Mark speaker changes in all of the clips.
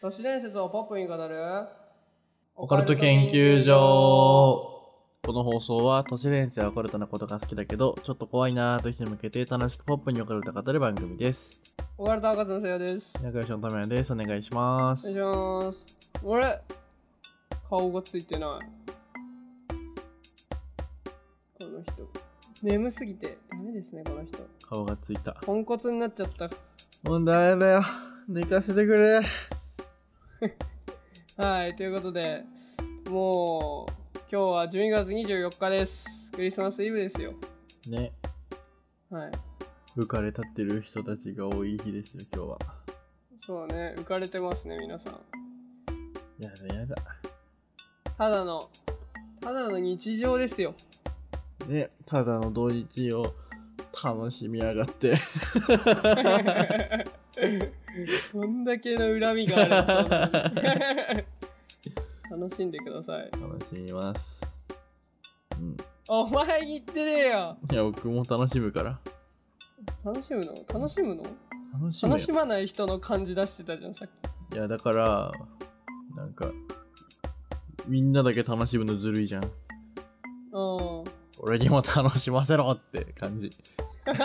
Speaker 1: 都市伝説をポップに語る
Speaker 2: オカルト研究所この放送は都市伝説やオカルトなことが好きだけどちょっと怖いなーという人に向けて楽しくポップにオカルトを語る番組です
Speaker 1: オカルト博士のせいやです
Speaker 2: 仲良しのためやですお願いしま
Speaker 1: お願い
Speaker 2: す
Speaker 1: しますあれ顔がついてないこの人眠すぎてダメですねこの人
Speaker 2: 顔がついた
Speaker 1: ポンコツになっちゃった
Speaker 2: もうダメだよ寝かせてくれ
Speaker 1: はい、ということで、もう、今日は12月24日です。クリスマスイブですよ。
Speaker 2: ね
Speaker 1: はい。
Speaker 2: 浮かれ立ってる人たちが多い日ですよ今日は
Speaker 1: そうね、浮かれてますね、皆さん。
Speaker 2: やだやだ
Speaker 1: ただの、ただの日常ですよ。
Speaker 2: ねただの同日を楽しみやがって
Speaker 1: こんだけの恨みがあるそうなんで楽しんでください。
Speaker 2: 楽しみますうん
Speaker 1: お前言ってねえよ
Speaker 2: いや僕も楽しむから
Speaker 1: 楽しむの楽しむの
Speaker 2: 楽しむよ
Speaker 1: 楽しまない人の感じ出してたじゃん、さっき。
Speaker 2: いやだからなんかみんなだけ楽しむのずるいじゃん
Speaker 1: うん。
Speaker 2: 俺にも楽しませろって感じ
Speaker 1: そう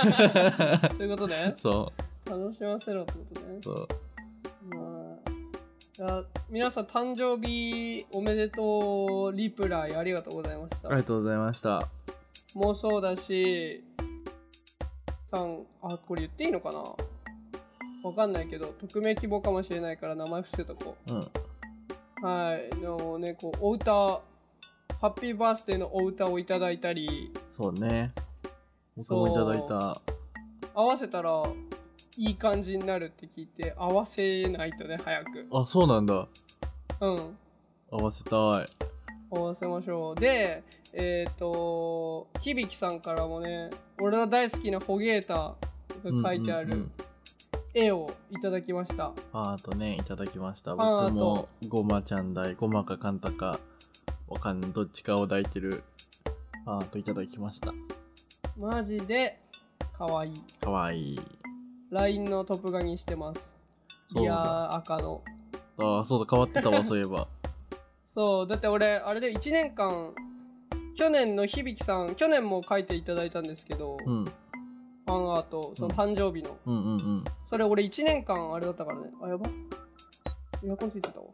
Speaker 1: いうことね。
Speaker 2: そ
Speaker 1: 楽しませろってことね
Speaker 2: う。そう
Speaker 1: まあ、いや皆さん誕生日おめでとうリプライありがとうございました、
Speaker 2: ありがとうございました
Speaker 1: もうそうだしさんあこれ言っていいのかなわかんないけど匿名希望かもしれないから名前伏せとこ
Speaker 2: うん
Speaker 1: うはいでもねこうお歌ハッピーバースデーのお歌をいただいたり
Speaker 2: そうね僕もいただいた
Speaker 1: 合わせたらいい感じになるって聞いて合わせないとね早く
Speaker 2: あそうなんだ
Speaker 1: うん
Speaker 2: 合わせたい
Speaker 1: 合わせましょうでえっ、と響さんからもね俺の大好きな「ホゲータ」が書いてあ
Speaker 2: うんうんう
Speaker 1: る
Speaker 2: ん
Speaker 1: 絵をいただきました、
Speaker 2: アートねいただきました
Speaker 1: アート
Speaker 2: 僕もごまちゃんだいごまかかんたかわかんないどっちかを抱いてるアートいただきました
Speaker 1: マジで可愛い
Speaker 2: かわいい
Speaker 1: LINE のトップ画にしてます
Speaker 2: そ
Speaker 1: いうや
Speaker 2: だ
Speaker 1: ー赤の
Speaker 2: あそうだ変わってたわそういえば
Speaker 1: そうだって俺あれで1年間去年の響さん去年も書いていただいたんですけど、
Speaker 2: うん
Speaker 1: ファンアートその誕生日の、
Speaker 2: うんうんうん
Speaker 1: それ俺1年間あれだったからねあやばエアコンついて たわ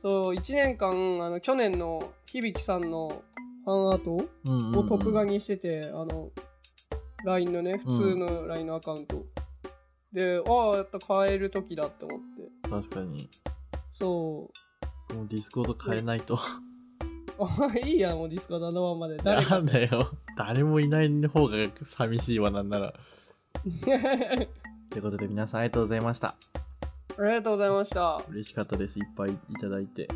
Speaker 1: そう1年間あの去年の響さんのファンアートを
Speaker 2: うんうんうん
Speaker 1: 録画にしてて、あの LINE のね普通の LINE のアカウント、でああやっと変える時だって思って
Speaker 2: 確かに
Speaker 1: そ
Speaker 2: もうディスコード変えないと
Speaker 1: う あいいやもうディスコードあのまんまで 誰
Speaker 2: な
Speaker 1: か
Speaker 2: んだよ 誰もいない方が寂しいわなんならということで皆さんありがとうございました
Speaker 1: ありがとうございました
Speaker 2: 嬉しかったですいっぱいいただいて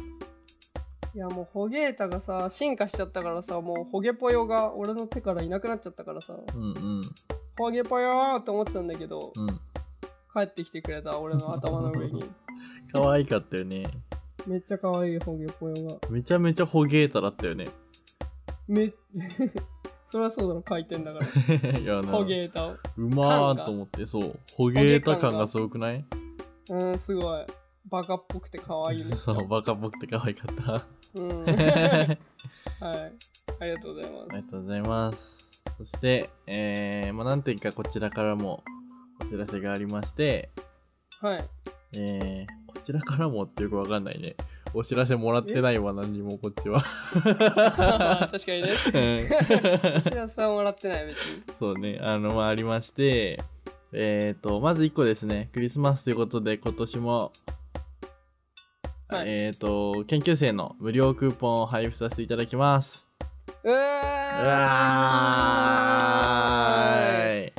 Speaker 1: いやもうホゲータがさ進化しちゃったからさもうホゲポヨが俺の手からいなくなっちゃったからさ
Speaker 2: うんうん
Speaker 1: ホゲポヨーって思ってたんだけど、
Speaker 2: うん
Speaker 1: 帰ってきてくれた俺の頭の 上に
Speaker 2: 可愛かったよね
Speaker 1: めっちゃ可愛いホゲポヨが
Speaker 2: めちゃめちゃホゲータだったよね
Speaker 1: め そりゃそうだろ回転だか
Speaker 2: いや
Speaker 1: ら
Speaker 2: あの
Speaker 1: ホゲータを
Speaker 2: うまーと思ってそうホゲータ感がすごくない
Speaker 1: うんすごいバカっぽくて可愛いね
Speaker 2: そうバカっぽくて可愛かった
Speaker 1: うんはい
Speaker 2: あ
Speaker 1: ありがとうございま
Speaker 2: り
Speaker 1: す
Speaker 2: がとうございますそしてえー、まあ何点かこちらからもお知らせがありまして
Speaker 1: はい
Speaker 2: えー、こちらからもっていうかわかんないね。お知らせもらってないわ、何にもこっちは。
Speaker 1: 確かにね
Speaker 2: うん
Speaker 1: お知らせはもらってない別に
Speaker 2: そうね、あの、まあ、ありまして、えっ、と、まず1個ですね、クリスマスということで、今年も、
Speaker 1: はい
Speaker 2: えっ、と、研究生の無料クーポンを配布させていただきます。
Speaker 1: うわ
Speaker 2: う
Speaker 1: ー
Speaker 2: わー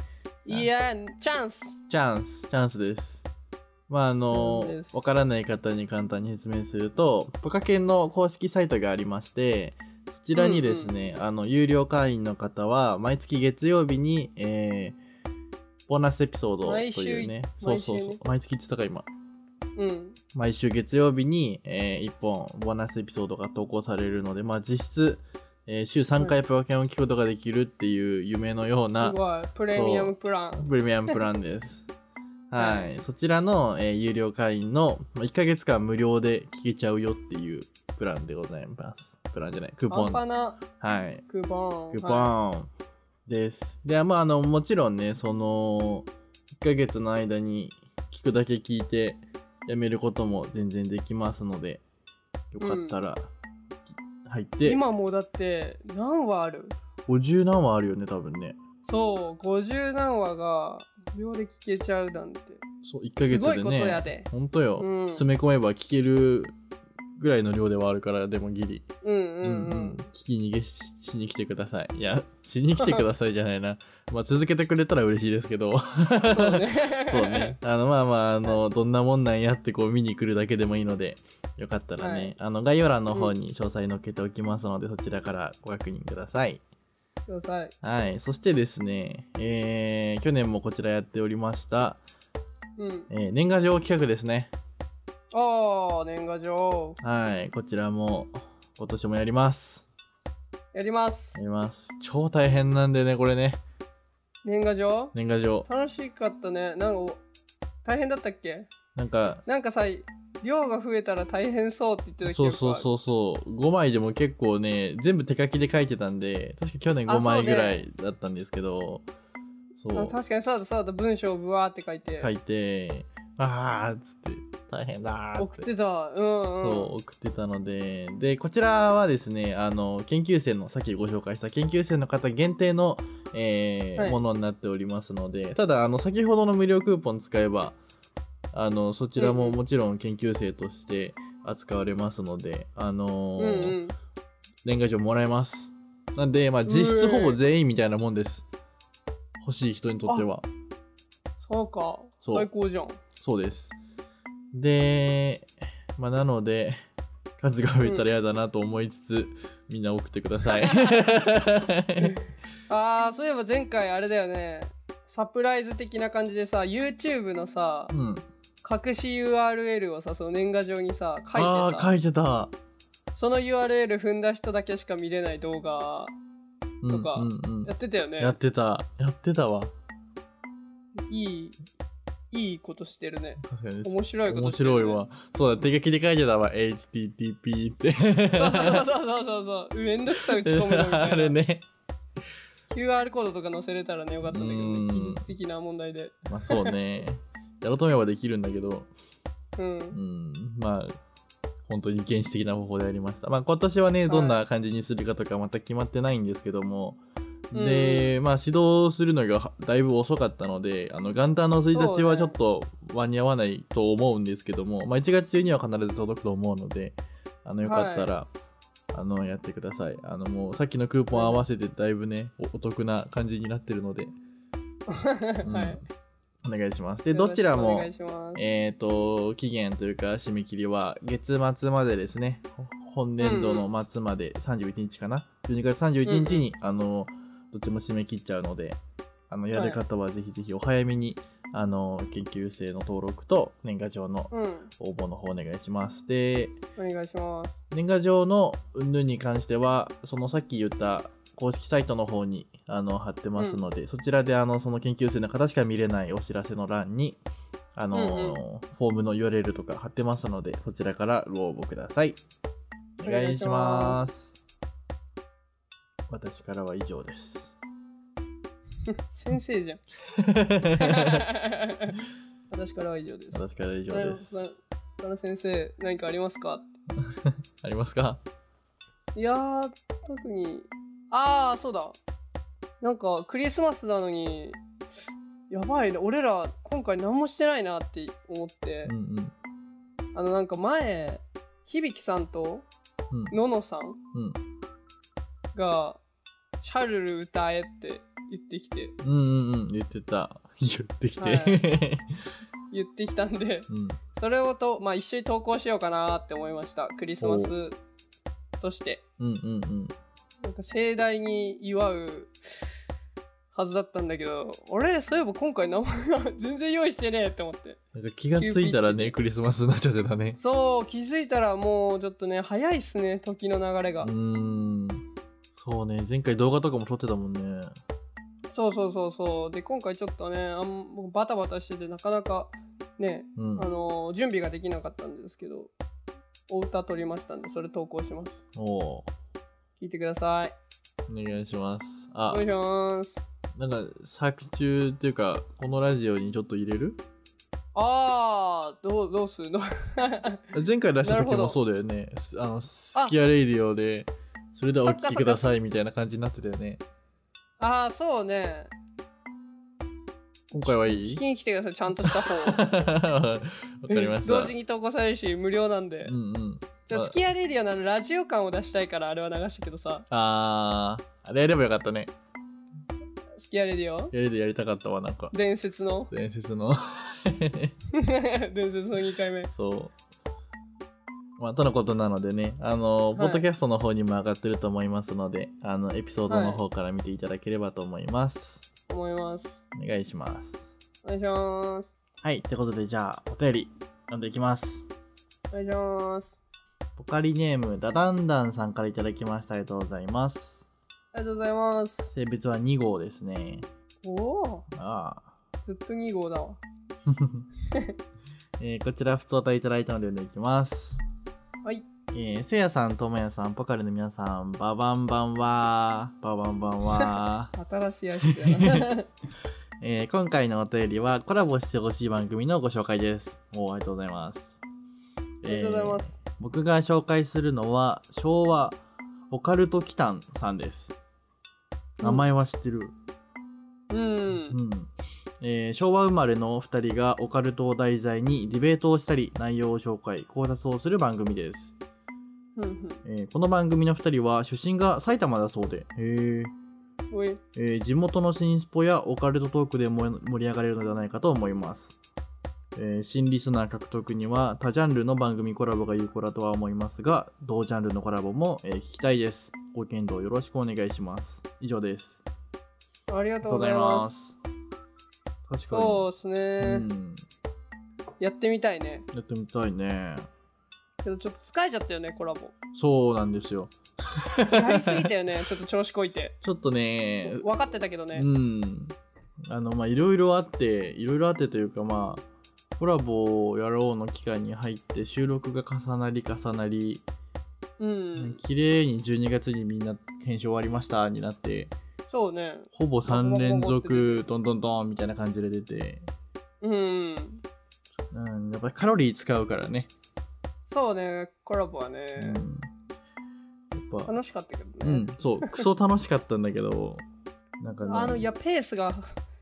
Speaker 2: い
Speaker 1: いやチャンス
Speaker 2: チャンス、チャンスです。まああの
Speaker 1: チャンスで、す
Speaker 2: わからない方に簡単に説明すると、ポカケンの公式サイトがありまして、そちらにですね、あの、有料会員の方は、毎月月曜日に、えー、ボーナスエピソードと
Speaker 1: 毎週
Speaker 2: いうね、そう
Speaker 1: 毎週
Speaker 2: そ
Speaker 1: ね
Speaker 2: うそう、毎月って言ったか今、
Speaker 1: うん
Speaker 2: 毎週月曜日に、え1本ボーナスエピソードが投稿されるので、まあ実質、えー週3回ポカケンを聞くことができるっていう夢のような、
Speaker 1: すごいプレミアムプラン
Speaker 2: プレミアムプランです。はい、そちらの、えー有料会員のまあ1ヶ月間無料で聞けちゃうよっていうプランでございます。プランじゃない、クーポ
Speaker 1: 半
Speaker 2: ン。
Speaker 1: 端な
Speaker 2: はい、
Speaker 1: クーポン。
Speaker 2: クー
Speaker 1: は
Speaker 2: ポンです。で、まあ、あの、もちろんね、その、1ヶ月の間に聞くだけ聞いて、やめることも全然できますので、よかったら、き入っ
Speaker 1: い
Speaker 2: て、
Speaker 1: 今もうだって何話ある
Speaker 2: 50何話あるよね、多分ね。
Speaker 1: そう、50何話が無料で聞けちゃうなんて。
Speaker 2: そう、1ヶ
Speaker 1: すごい
Speaker 2: 月で
Speaker 1: ことや
Speaker 2: ね。
Speaker 1: で。
Speaker 2: 本当よ、
Speaker 1: うん
Speaker 2: 詰め込めば聞けるぐらいの量ではあるから、でもギリ。
Speaker 1: うんうんう
Speaker 2: うんうん
Speaker 1: ん。
Speaker 2: 聞き逃げししに来てください。いや、 しに来てくださいじゃないな。 まあ、続けてくれたら嬉しいですけど。。
Speaker 1: そうね
Speaker 2: そうね。あの、まあまあ、あの、どんなもんなんやってこう見に来るだけでもいいので、よかったらね、
Speaker 1: はい
Speaker 2: あの、概要欄の方に詳細載っけておきますので、そちらからご確認ください。
Speaker 1: ください。
Speaker 2: はい。そしてですね、えー、去年もこちらやっておりました、
Speaker 1: うん。
Speaker 2: えー年賀状企画ですね。
Speaker 1: ああ、年賀状。
Speaker 2: はい。こちらも、今年もやります。
Speaker 1: やります
Speaker 2: や。ります。超大変なんでね、これね、
Speaker 1: 年賀状
Speaker 2: 年賀状。
Speaker 1: 楽しかったね。なんか、大変だったっけ
Speaker 2: なんか、
Speaker 1: なんかさ、量が増えたら大変そうって言ってた記
Speaker 2: そう
Speaker 1: 憶
Speaker 2: そう
Speaker 1: う。
Speaker 2: そうそう5枚でも結構ね全部手書きで書いてたんで確か去年
Speaker 1: あ
Speaker 2: 5枚
Speaker 1: そうね
Speaker 2: ぐらいだったんですけどそう,、
Speaker 1: あ確かにそうだそうだ文章をぶわーって書いて
Speaker 2: 書いてあーっつって大変だーっ
Speaker 1: 送
Speaker 2: て
Speaker 1: ってたうんうん
Speaker 2: そう送ってたのででこちらはですねあの研究生のさっきご紹介した研究生の方限定の、えー
Speaker 1: はい
Speaker 2: ものになっておりますのでただあの先ほどの無料クーポン使えばあのそちらももちろん研究生として扱われますので、あの
Speaker 1: うん
Speaker 2: ー
Speaker 1: うん
Speaker 2: 年賀状もらえますなんでまあ実質ほぼ全員みたいなもんです欲しい人にとっては
Speaker 1: そうか
Speaker 2: そう
Speaker 1: 最高じゃん
Speaker 2: そうですでまあなので数が増えたら嫌だなと思いつつ、みんな送ってく ださい
Speaker 1: あーそういえば前回あれだよねサプライズ的な感じでさ YouTube のさ
Speaker 2: うん、
Speaker 1: 隠し URL をさその年賀状にさ書いて
Speaker 2: ああ
Speaker 1: さ
Speaker 2: 書いてた、
Speaker 1: その URL 踏んだ人だけしか見れない動画
Speaker 2: うん、
Speaker 1: とか
Speaker 2: うんうん
Speaker 1: やってたよ
Speaker 2: や
Speaker 1: ね
Speaker 2: ってたやってたわ
Speaker 1: いいいいことしてるね
Speaker 2: 確かに
Speaker 1: 面白いこと
Speaker 2: 面
Speaker 1: してる、ね、
Speaker 2: 白いわそうだ手書きで書いてたわ HTTP って
Speaker 1: そうそう そうそうそうそうそうめんどくさ打ち込むのみたいな
Speaker 2: あれね
Speaker 1: QR コードとか載せれたらねよかったんだけど
Speaker 2: うん
Speaker 1: ね技術的な問題で
Speaker 2: まあそうねやろうと思えばできるんだけど
Speaker 1: うん
Speaker 2: うん、まあ、本当に原始的な方法でやりました。まあ、今年はね、
Speaker 1: い
Speaker 2: どんな感じにするかとか、また決まってないんですけども、
Speaker 1: うん
Speaker 2: で、まあ、指導するのがだいぶ遅かったので、あの、元旦の1
Speaker 1: そうね
Speaker 2: 日はちょっと間に合わないと思うんですけども、まあ、1月中には必ず届くと思うので、あの、よかったら、あの、やってください。あの、もう、さっきのクーポン合わせて、だいぶね、おお得な感じになってるので、うん
Speaker 1: はい
Speaker 2: お願いします。で、どちら
Speaker 1: お
Speaker 2: も
Speaker 1: 願い、します
Speaker 2: えっ、と、期限というか締め切りは月末までですね。ほ本年度の末まで31日かな。12月31日に、あの、どっちも締め切っちゃうので、あの、やる方はぜひぜひお早めに、あの、研究生の登録と年賀状の
Speaker 1: うん
Speaker 2: 応募の方お願いします。で、
Speaker 1: お願いします
Speaker 2: 年賀状の云々に関しては、そのさっき言った公式サイトの方にあの貼ってますので、そちらであのその研究生の方しか見れないお知らせの欄に、あの
Speaker 1: うん
Speaker 2: フォームの URL とか貼ってますので、そちらからご応募ください。お願いします。私からは以 上です。
Speaker 1: 先生 じゃん私からは以上です
Speaker 2: 私から以上です。
Speaker 1: 田中先生何かありますか
Speaker 2: ありますか
Speaker 1: いやー特にああそうだなんかクリスマスなのにやばいね俺ら今回何もしてないなって思って
Speaker 2: う、んうん。
Speaker 1: あのなんか前響さんと
Speaker 2: うん
Speaker 1: ののさん
Speaker 2: うん
Speaker 1: が「シャルル歌え」って言ってきて
Speaker 2: うんうんうん。言ってた。言ってきて。
Speaker 1: はい言ってきたんで
Speaker 2: うん。
Speaker 1: それをと、まあ、一緒に投稿しようかなって思いましたクリスマスとして
Speaker 2: うんうんうん。
Speaker 1: なんか盛大に祝うはずだったんだけど俺そういえば今回名前が全然用意してねえって思って
Speaker 2: なんか気がついたらね、クリスマスになっちゃってたね。
Speaker 1: そう気づいたらもうちょっとね早いっすね時の流れが、
Speaker 2: うーん。そうね、前回動画とかも撮ってたもんね。
Speaker 1: そうそうそうそうで今回ちょっとねあん僕バタバタしててなかなかね、
Speaker 2: うん
Speaker 1: あ。のー準備ができなかったんですけどお歌取りましたんでそれ投稿します
Speaker 2: おー
Speaker 1: 聞いてください
Speaker 2: お願いします。
Speaker 1: お
Speaker 2: あ、
Speaker 1: 願いします
Speaker 2: なんか作中っていうか、このラジオにちょっと入れる
Speaker 1: あーどうどうするの
Speaker 2: あ前回出し
Speaker 1: な
Speaker 2: た時
Speaker 1: る
Speaker 2: も
Speaker 1: ほど
Speaker 2: そうだよね。すあの、スキアレイディオで、それではお
Speaker 1: そ
Speaker 2: 聴
Speaker 1: っかそ
Speaker 2: き
Speaker 1: っか
Speaker 2: くださいみたいな感じになってたよね。
Speaker 1: ああそうね
Speaker 2: 今回はいい
Speaker 1: 聞きに来てくださいちゃんとした方
Speaker 2: わかりました。
Speaker 1: 同時に投稿されるし無料なんで、
Speaker 2: うんうん。
Speaker 1: じゃあ
Speaker 2: まあ
Speaker 1: スキアレディオのあのラジオ感を出したいからあれは流したけどさ
Speaker 2: あー、あれやればよかったね。
Speaker 1: スキアレディオ
Speaker 2: やれるやりたかったわ、なんか。
Speaker 1: 伝説の
Speaker 2: 伝説の。
Speaker 1: 伝説の2回目
Speaker 2: そう。まあ、とのことなのでね、あの、
Speaker 1: い
Speaker 2: ポッドキャストの方にも上がってると思いますので、あの、エピソードの方から見ていただければと思います。
Speaker 1: 思います
Speaker 2: お願いします。
Speaker 1: お願いします
Speaker 2: はい、ってことで、じゃあ、お便り、読んでいきます。
Speaker 1: お願いします
Speaker 2: ポカリネーム、ダダンダンさんからいただきました。ありがとうございます。
Speaker 1: ありがとうございます
Speaker 2: 性別は2号ですね。
Speaker 1: おお
Speaker 2: ああ。
Speaker 1: ずっと2号だわ
Speaker 2: えーこちら、普通お便りいただいたので読んでいきます。
Speaker 1: はい
Speaker 2: えー、せいやさん、ともやさん、ポカリの皆さん、ババンバンはー、ババンバンはー
Speaker 1: 新しいやつ やな
Speaker 2: えー今回のお便りはコラボしてほしい番組のご紹介です。おーありがとうございます。
Speaker 1: ありがとうございます、
Speaker 2: えー僕が紹介するのは、昭和オカルトキタンさんです。名前は知ってる。
Speaker 1: うん
Speaker 2: うんえー昭和生まれの2人がオカルトを題材にディベートをしたり内容を紹介考察をする番組です、
Speaker 1: ふん
Speaker 2: えーこの番組の2人は出身が埼玉だそうでへー
Speaker 1: ふんおい
Speaker 2: えー地元の新スポやオカルトトークでも盛り上がれるのではないかと思います、えー新リスナー獲得には多ジャンルの番組コラボが有効だとは思いますが同ジャンルのコラボも、えー聞きたいですご検討よろしくお願いします以上です
Speaker 1: ありが
Speaker 2: ありが
Speaker 1: と
Speaker 2: と
Speaker 1: うご
Speaker 2: うご
Speaker 1: ざ
Speaker 2: ざい
Speaker 1: いま
Speaker 2: ますす確かに
Speaker 1: そうですね、
Speaker 2: うん
Speaker 1: やってみたいね
Speaker 2: やってみたいね
Speaker 1: けどちょっと疲れちゃったよねコラ ボ
Speaker 2: そうなんですよ
Speaker 1: やりすぎたよねちょっと調子こいて
Speaker 2: ちょっとね
Speaker 1: 分かってたけどね
Speaker 2: うんあのまあいろいろあっていろいろあってというかまあコラボをやろうの期間に入って収録が重なり重なり、
Speaker 1: うん
Speaker 2: 綺麗に12月にみんな検証終わりましたになって
Speaker 1: そうね
Speaker 2: ほぼ3連続どんどんどんみたいな感じで出て、
Speaker 1: うん
Speaker 2: うん、やっぱりカロリー使うからね、
Speaker 1: そうねコラボはね、
Speaker 2: うん、やっぱ
Speaker 1: 楽しかったけどね、
Speaker 2: うんそうクソ楽しかったんだけどなんかね
Speaker 1: あのいやペースが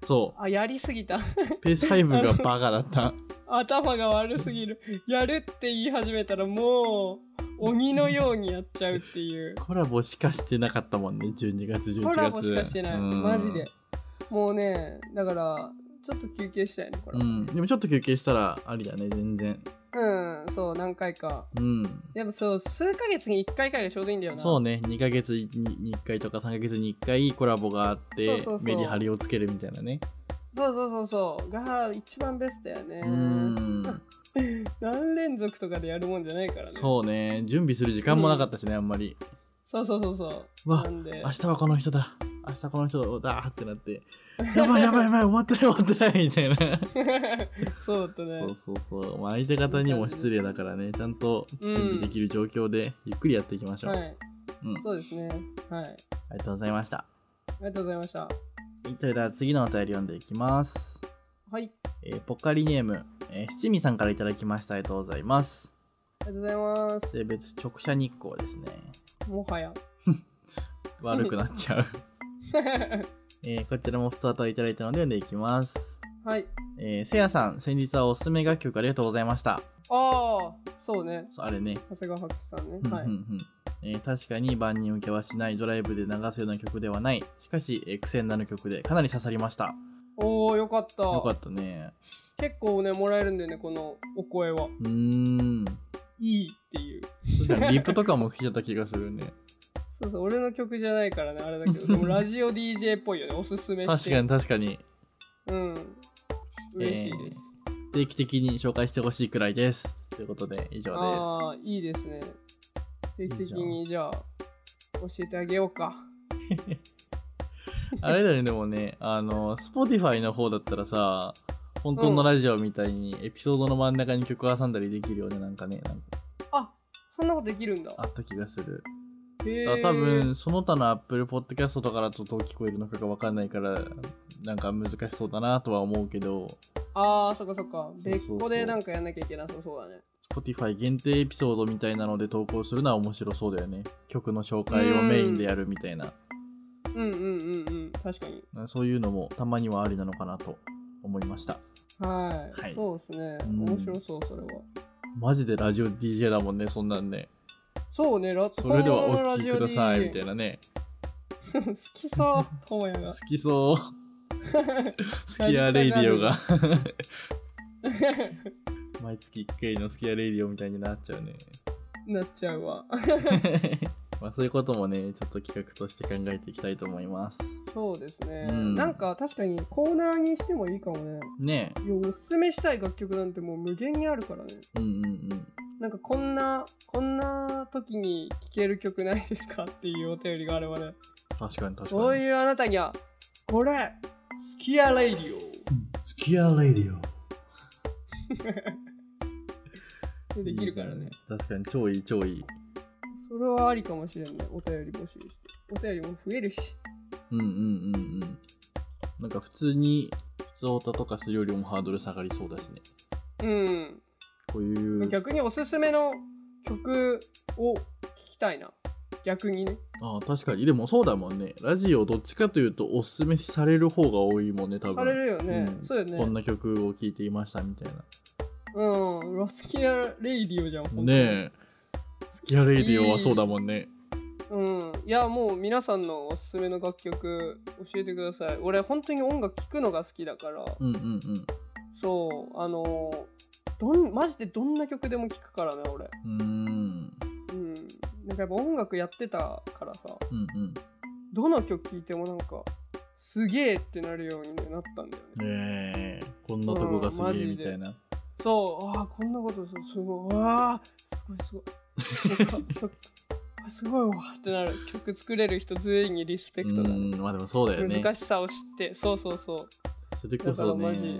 Speaker 2: そう
Speaker 1: あやりすぎた
Speaker 2: ペース配分がバカだった。
Speaker 1: 頭が悪すぎるやるって言い始めたらもう鬼のようにやっちゃうって いう
Speaker 2: コラボしかしてなかったもんね、12月、11月。
Speaker 1: コラボしかしてない
Speaker 2: うん
Speaker 1: マジで。もうねだからちょっと休憩したいねこれ
Speaker 2: うん、でもちょっと休憩したらありだね、全然。
Speaker 1: うん、そう何回か
Speaker 2: うん。
Speaker 1: やっぱそう数ヶ月に1回回がちょうどいいんだよな
Speaker 2: そうね、2ヶ月にに1回とか3ヶ月に1回コラボがあって、
Speaker 1: そうそうそう
Speaker 2: メリハリをつけるみたいなね。
Speaker 1: そうそうそうそうが一番ベストやね
Speaker 2: うん。
Speaker 1: 何連続とかでやるもんじゃないからね
Speaker 2: そうね、準備する時間もなかったしね、あんまり。
Speaker 1: そうそうそうそう
Speaker 2: うわ
Speaker 1: なんで
Speaker 2: 明日はこの人だ。明日この人だってなって、やばいやばいやばい、終わってない終わってないみたいな。
Speaker 1: そうだったね
Speaker 2: そうそうそう、まあ、相手方にも失礼だからね、ちゃんと準備できる状況でゆっくりやっていきましょう。
Speaker 1: はい
Speaker 2: うん、
Speaker 1: そうですねはいあ
Speaker 2: ありがとうございました。
Speaker 1: りがとうございました
Speaker 2: それでは次のお便り読んでいきます。
Speaker 1: はい
Speaker 2: えーポカリネーム、えー七味さんからいただきました。ありがとうございます。
Speaker 1: ありがとうございます
Speaker 2: 性別直射日光ですね。
Speaker 1: もはや
Speaker 2: 悪くなっちゃう。えーこちらも普通といただいたので読んでいきます。
Speaker 1: はい
Speaker 2: えー、せやさん、先日はおすすめ楽曲ありがとうございました。
Speaker 1: ああそうね
Speaker 2: そうあれね、
Speaker 1: 長谷川博士さんね、
Speaker 2: うんうん
Speaker 1: は
Speaker 2: う
Speaker 1: い
Speaker 2: んえー確かに万人受けはしないドライブで流すような曲ではないしかし、えー癖になる曲でかなり刺さりました
Speaker 1: おおよかった
Speaker 2: よかったね
Speaker 1: 結構ねもらえるんだよねこのお声は
Speaker 2: うーん
Speaker 1: いいっていう
Speaker 2: 確かにリップとかも聴いた気がするね
Speaker 1: そうそう俺の曲じゃないからねあれだけどでもラジオ DJ っぽいよねおすすめして
Speaker 2: 確かに確かに
Speaker 1: うん嬉しいです、
Speaker 2: 定期的に紹介してほしいくらいですということで以上
Speaker 1: あ
Speaker 2: で
Speaker 1: あいいですね定期的
Speaker 2: い
Speaker 1: にじゃあ教えてあげようか
Speaker 2: すあれだよね、でもね、あの、Spotify の方だったらさ、本当のラジオみたいにエピソードの真ん中に曲挟んだりできるよね、なんかね、なんか
Speaker 1: あそんなことできるんだ
Speaker 2: あった気がする。
Speaker 1: へえ
Speaker 2: だから多分、その他の Apple Podcast とかだとどう聞こえるのかがわかんないから、なんか難しそうだなとは思うけど、
Speaker 1: ああそっかそっか
Speaker 2: そうそう
Speaker 1: 別
Speaker 2: そう
Speaker 1: 個でなんかやんなきゃいけなさそうだね
Speaker 2: Spotify 限定エピソードみたいなので投稿するのは面白そうだよね。曲の紹介をメインでやるみたいな。
Speaker 1: うんうんうんうん確かに
Speaker 2: そういうのもたまにはありなのかなと思いました。
Speaker 1: はい、
Speaker 2: はい
Speaker 1: そうですね
Speaker 2: うん
Speaker 1: 面白そうそれは
Speaker 2: マジでラジオ DJ だもんね、そんなんね。
Speaker 1: そうねラッ
Speaker 2: それではお
Speaker 1: ラ
Speaker 2: 聴き
Speaker 1: ジ
Speaker 2: く
Speaker 1: オ
Speaker 2: ださい、みた
Speaker 1: DJ
Speaker 2: いなね。
Speaker 1: 好きそうともや
Speaker 2: 好
Speaker 1: が
Speaker 2: きそう。スキアレイディオが。毎月1回のスキアレイディオみたいになっちゃうね。
Speaker 1: なっちゃうわ
Speaker 2: まあそういうこともね、ちょっと企画として考えていきたいと思います。
Speaker 1: そうですね、
Speaker 2: うん
Speaker 1: なんか確かにコーナーにしてもいいかもね
Speaker 2: ね
Speaker 1: いやおすすめしたい楽曲なんてもう無限にあるからね
Speaker 2: え。うんうんうん。
Speaker 1: なんかこんなこんな時に聴ける曲ないですかっていうお便りがあればね
Speaker 2: 確かに確
Speaker 1: そう
Speaker 2: かに。
Speaker 1: いうあなたにはこれスキアレイデ ィ
Speaker 2: スキアレイディオ。
Speaker 1: オできるからね。
Speaker 2: 確かに超いい超いい。
Speaker 1: それはありかもしれんねお便り募集してお便りも増えるし
Speaker 2: うんうんうんうん。なんか普通に、普通オタとかするよりもハードル下がりそうだしね。
Speaker 1: うん
Speaker 2: こういう。
Speaker 1: 逆におすすめの曲を聴きたいな逆にね
Speaker 2: ああ確かに。でもそうだもんね。ラジオどっちかというとおすすめされる方が多いもんね、多分。
Speaker 1: されるよね、
Speaker 2: ん
Speaker 1: そうよね
Speaker 2: こんな曲を聴いていましたみたい
Speaker 1: うんロスキアレイディオじゃんほんと
Speaker 2: な。
Speaker 1: に
Speaker 2: ねえ。スキアレイディオはそうだもんね。
Speaker 1: うん、いやもう皆さんのおすすめの楽曲教えてください俺本当に音楽聴くのが好きだから
Speaker 2: うんうんうん。
Speaker 1: そうあのーどんマジでどんな曲でも聴くからね俺
Speaker 2: う
Speaker 1: う
Speaker 2: ーん。
Speaker 1: んなんかやっぱ音楽やってたからさ
Speaker 2: うんうん。
Speaker 1: どの曲聴いてもなんかすげえってなるようにねなったんだよね
Speaker 2: ねえ。こんなとこがすげえみたいな。
Speaker 1: そうああこんなことすすごいわあすごいすごいなんか曲あすごいわってなる曲作れる人全員にリスペクトだ
Speaker 2: う
Speaker 1: ね
Speaker 2: んまあでもそうだよね。
Speaker 1: 難しさを知ってそうそうそう
Speaker 2: それこそ
Speaker 1: だからマ
Speaker 2: ね
Speaker 1: ジ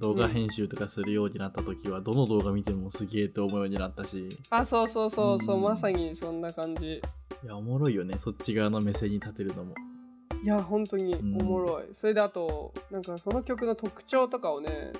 Speaker 2: 動画編集とかするようになった時は、どの動画見てもすげえと思うようになったし
Speaker 1: あそうそうそうそう、
Speaker 2: うん
Speaker 1: まさにそんな感じ
Speaker 2: いやおもろいよねそっち側の目線に立てるのも
Speaker 1: いや本当にお
Speaker 2: ん
Speaker 1: もろい、それであとなんかその曲の特徴とかをね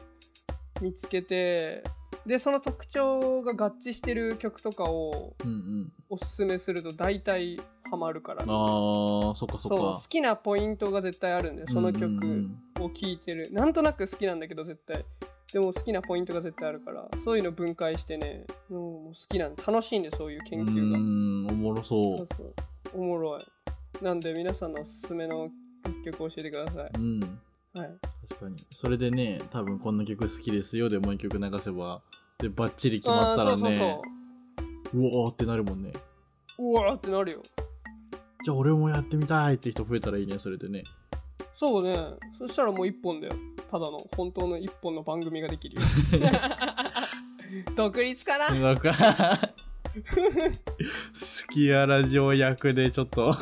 Speaker 1: 見つけてでその特徴が合致してる曲とかを
Speaker 2: うんうん
Speaker 1: おすすめすると大体ハマるから、
Speaker 2: あーそっかそっ
Speaker 1: そう好
Speaker 2: か
Speaker 1: きなポイントが絶対あるんだよその
Speaker 2: うんうんう
Speaker 1: 曲
Speaker 2: ん
Speaker 1: を聴いてる、なんとなく好きなんだけど絶対でも好きなポイントが絶対あるからそういうの分解してねもう好きなん楽しいんでそういう研究が
Speaker 2: う。んおもろそう
Speaker 1: そうそう。おもろい。なんで皆さんのおすすめの楽曲を教えてください。
Speaker 2: うん
Speaker 1: はい。
Speaker 2: 確かにそれでね多分こんな曲好きですよでもう一曲流せばでバッチリ決まったら
Speaker 1: あーそうそう
Speaker 2: ねうおーってなるもんね
Speaker 1: そう。うわーってなるよ。
Speaker 2: じゃあ俺もやってみたいって人増えたらいいねそれでね
Speaker 1: そうね。そしたらもう一本だよ。ただの本当の一本の番組ができる よ。独立かな
Speaker 2: なんかスキアラジオ役でちょっと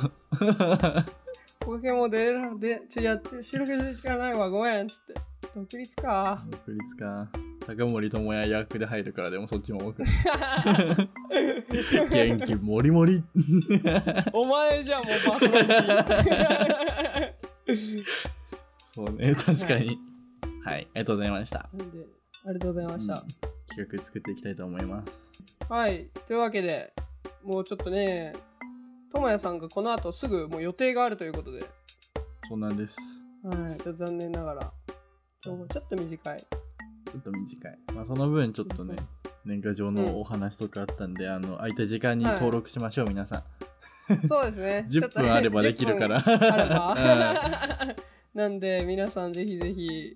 Speaker 1: ポケモン出らで、ちょ、やって、収録する時間ないわ、ごめん、つって。独立 か。
Speaker 2: 独立か高森智也役で入るからでもそっちも僕元気もりもり
Speaker 1: お前じゃん、もうパーソナリテ ィ。
Speaker 2: そうね確かにはい、ありがとうございました
Speaker 1: なんで、ありがとうございました。
Speaker 2: うん企画作っていきたいと思います
Speaker 1: はい、というわけでもうちょっとねともやさんがこの後すぐもう予定があるということで、
Speaker 2: そうなんです
Speaker 1: はい、ちょっと残念ながら今日もちょっと短 い
Speaker 2: ちょっと短い、まあ、その分ちょっとね年賀状のお話とかあったんで、あの空いた時間に登録しましょう、皆さ
Speaker 1: そうですね
Speaker 2: ん
Speaker 1: ちょっ
Speaker 2: 10
Speaker 1: とね
Speaker 2: 分あればできるから
Speaker 1: 10分 あ
Speaker 2: うん
Speaker 1: れば なんで皆さんぜひぜひ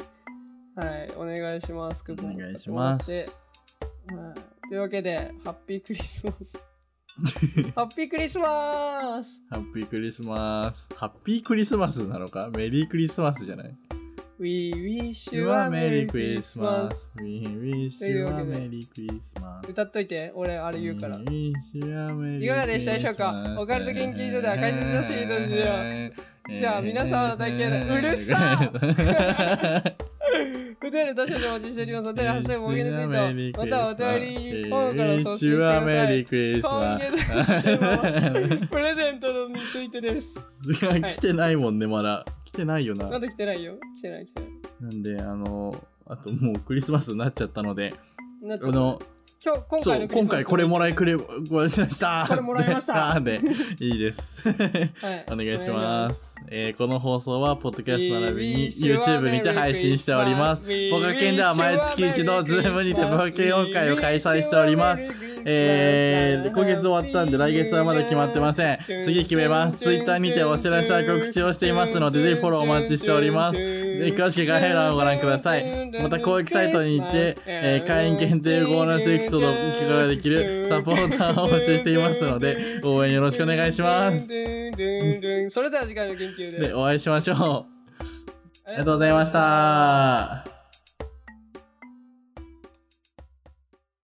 Speaker 1: はいお願いします クーポン
Speaker 2: お
Speaker 1: も
Speaker 2: 願
Speaker 1: 使
Speaker 2: い
Speaker 1: っ
Speaker 2: して
Speaker 1: もら
Speaker 2: ま
Speaker 1: っ
Speaker 2: す
Speaker 1: てはい、というわけでハッピークリスマス ハッピークリスマス
Speaker 2: ハッピークリスマス。ハッピークリスマスなのかメリークリスマスじゃない
Speaker 1: い We wish
Speaker 2: You
Speaker 1: you
Speaker 2: are
Speaker 1: a
Speaker 2: Merry
Speaker 1: Merry Christmas.
Speaker 2: Christmas. We wish
Speaker 1: という
Speaker 2: you a
Speaker 1: わけで
Speaker 2: Merry Christmas.
Speaker 1: 歌っといて、俺あれ言うから。
Speaker 2: We wish you a Merry Christmas.
Speaker 1: いかがでしたでしょうかオカルト研究所では解説をしいたし
Speaker 2: よ
Speaker 1: じゃあ皆様の体験うるさお便りどしどしお待ちしております。お便り、ハッシュタグ、冒険のツイート、またはお便り、本から送信してください。今 月 のプレゼントについてです。
Speaker 2: いや来てないもんね、まだ。来てないよな。
Speaker 1: まだ来てないよ。来てない、来てない。
Speaker 2: なんで、あの、あともうクリスマスになっちゃったので、
Speaker 1: なん
Speaker 2: あ
Speaker 1: ていう
Speaker 2: の、
Speaker 1: 今日、今
Speaker 2: そ
Speaker 1: 回の
Speaker 2: う、
Speaker 1: クリスマス
Speaker 2: 今回これもらいくれ、ごめんなさい。
Speaker 1: これもらいました
Speaker 2: で、いいです。
Speaker 1: はい
Speaker 2: お願いします。えーこの放送は、ポッドキャスト並びに
Speaker 1: We wish you a
Speaker 2: YouTube にて配信しております。
Speaker 1: Merry Christmas.
Speaker 2: ポカケンでは毎月一度
Speaker 1: We wish you a Merry
Speaker 2: Zoom にて
Speaker 1: Christmas.
Speaker 2: ポカケンオフ会を開催しております
Speaker 1: We wish you a Merry Christmas.
Speaker 2: えー、今月終わったんで来月はまだ決まってません
Speaker 1: Happy New Year.
Speaker 2: 次決めますツイッターにてお知らせや告知をしていますのでぜひフォローお待ちしておりますぜひ詳しく概要欄をご覧くださいまた公益サイトにて、えー会員限定ボーナスエピソード企画ができるサポーターを募集していますので応援よろしくお願いします
Speaker 1: すそれでは次回の研究で
Speaker 2: でお会いしましょうありがとうございました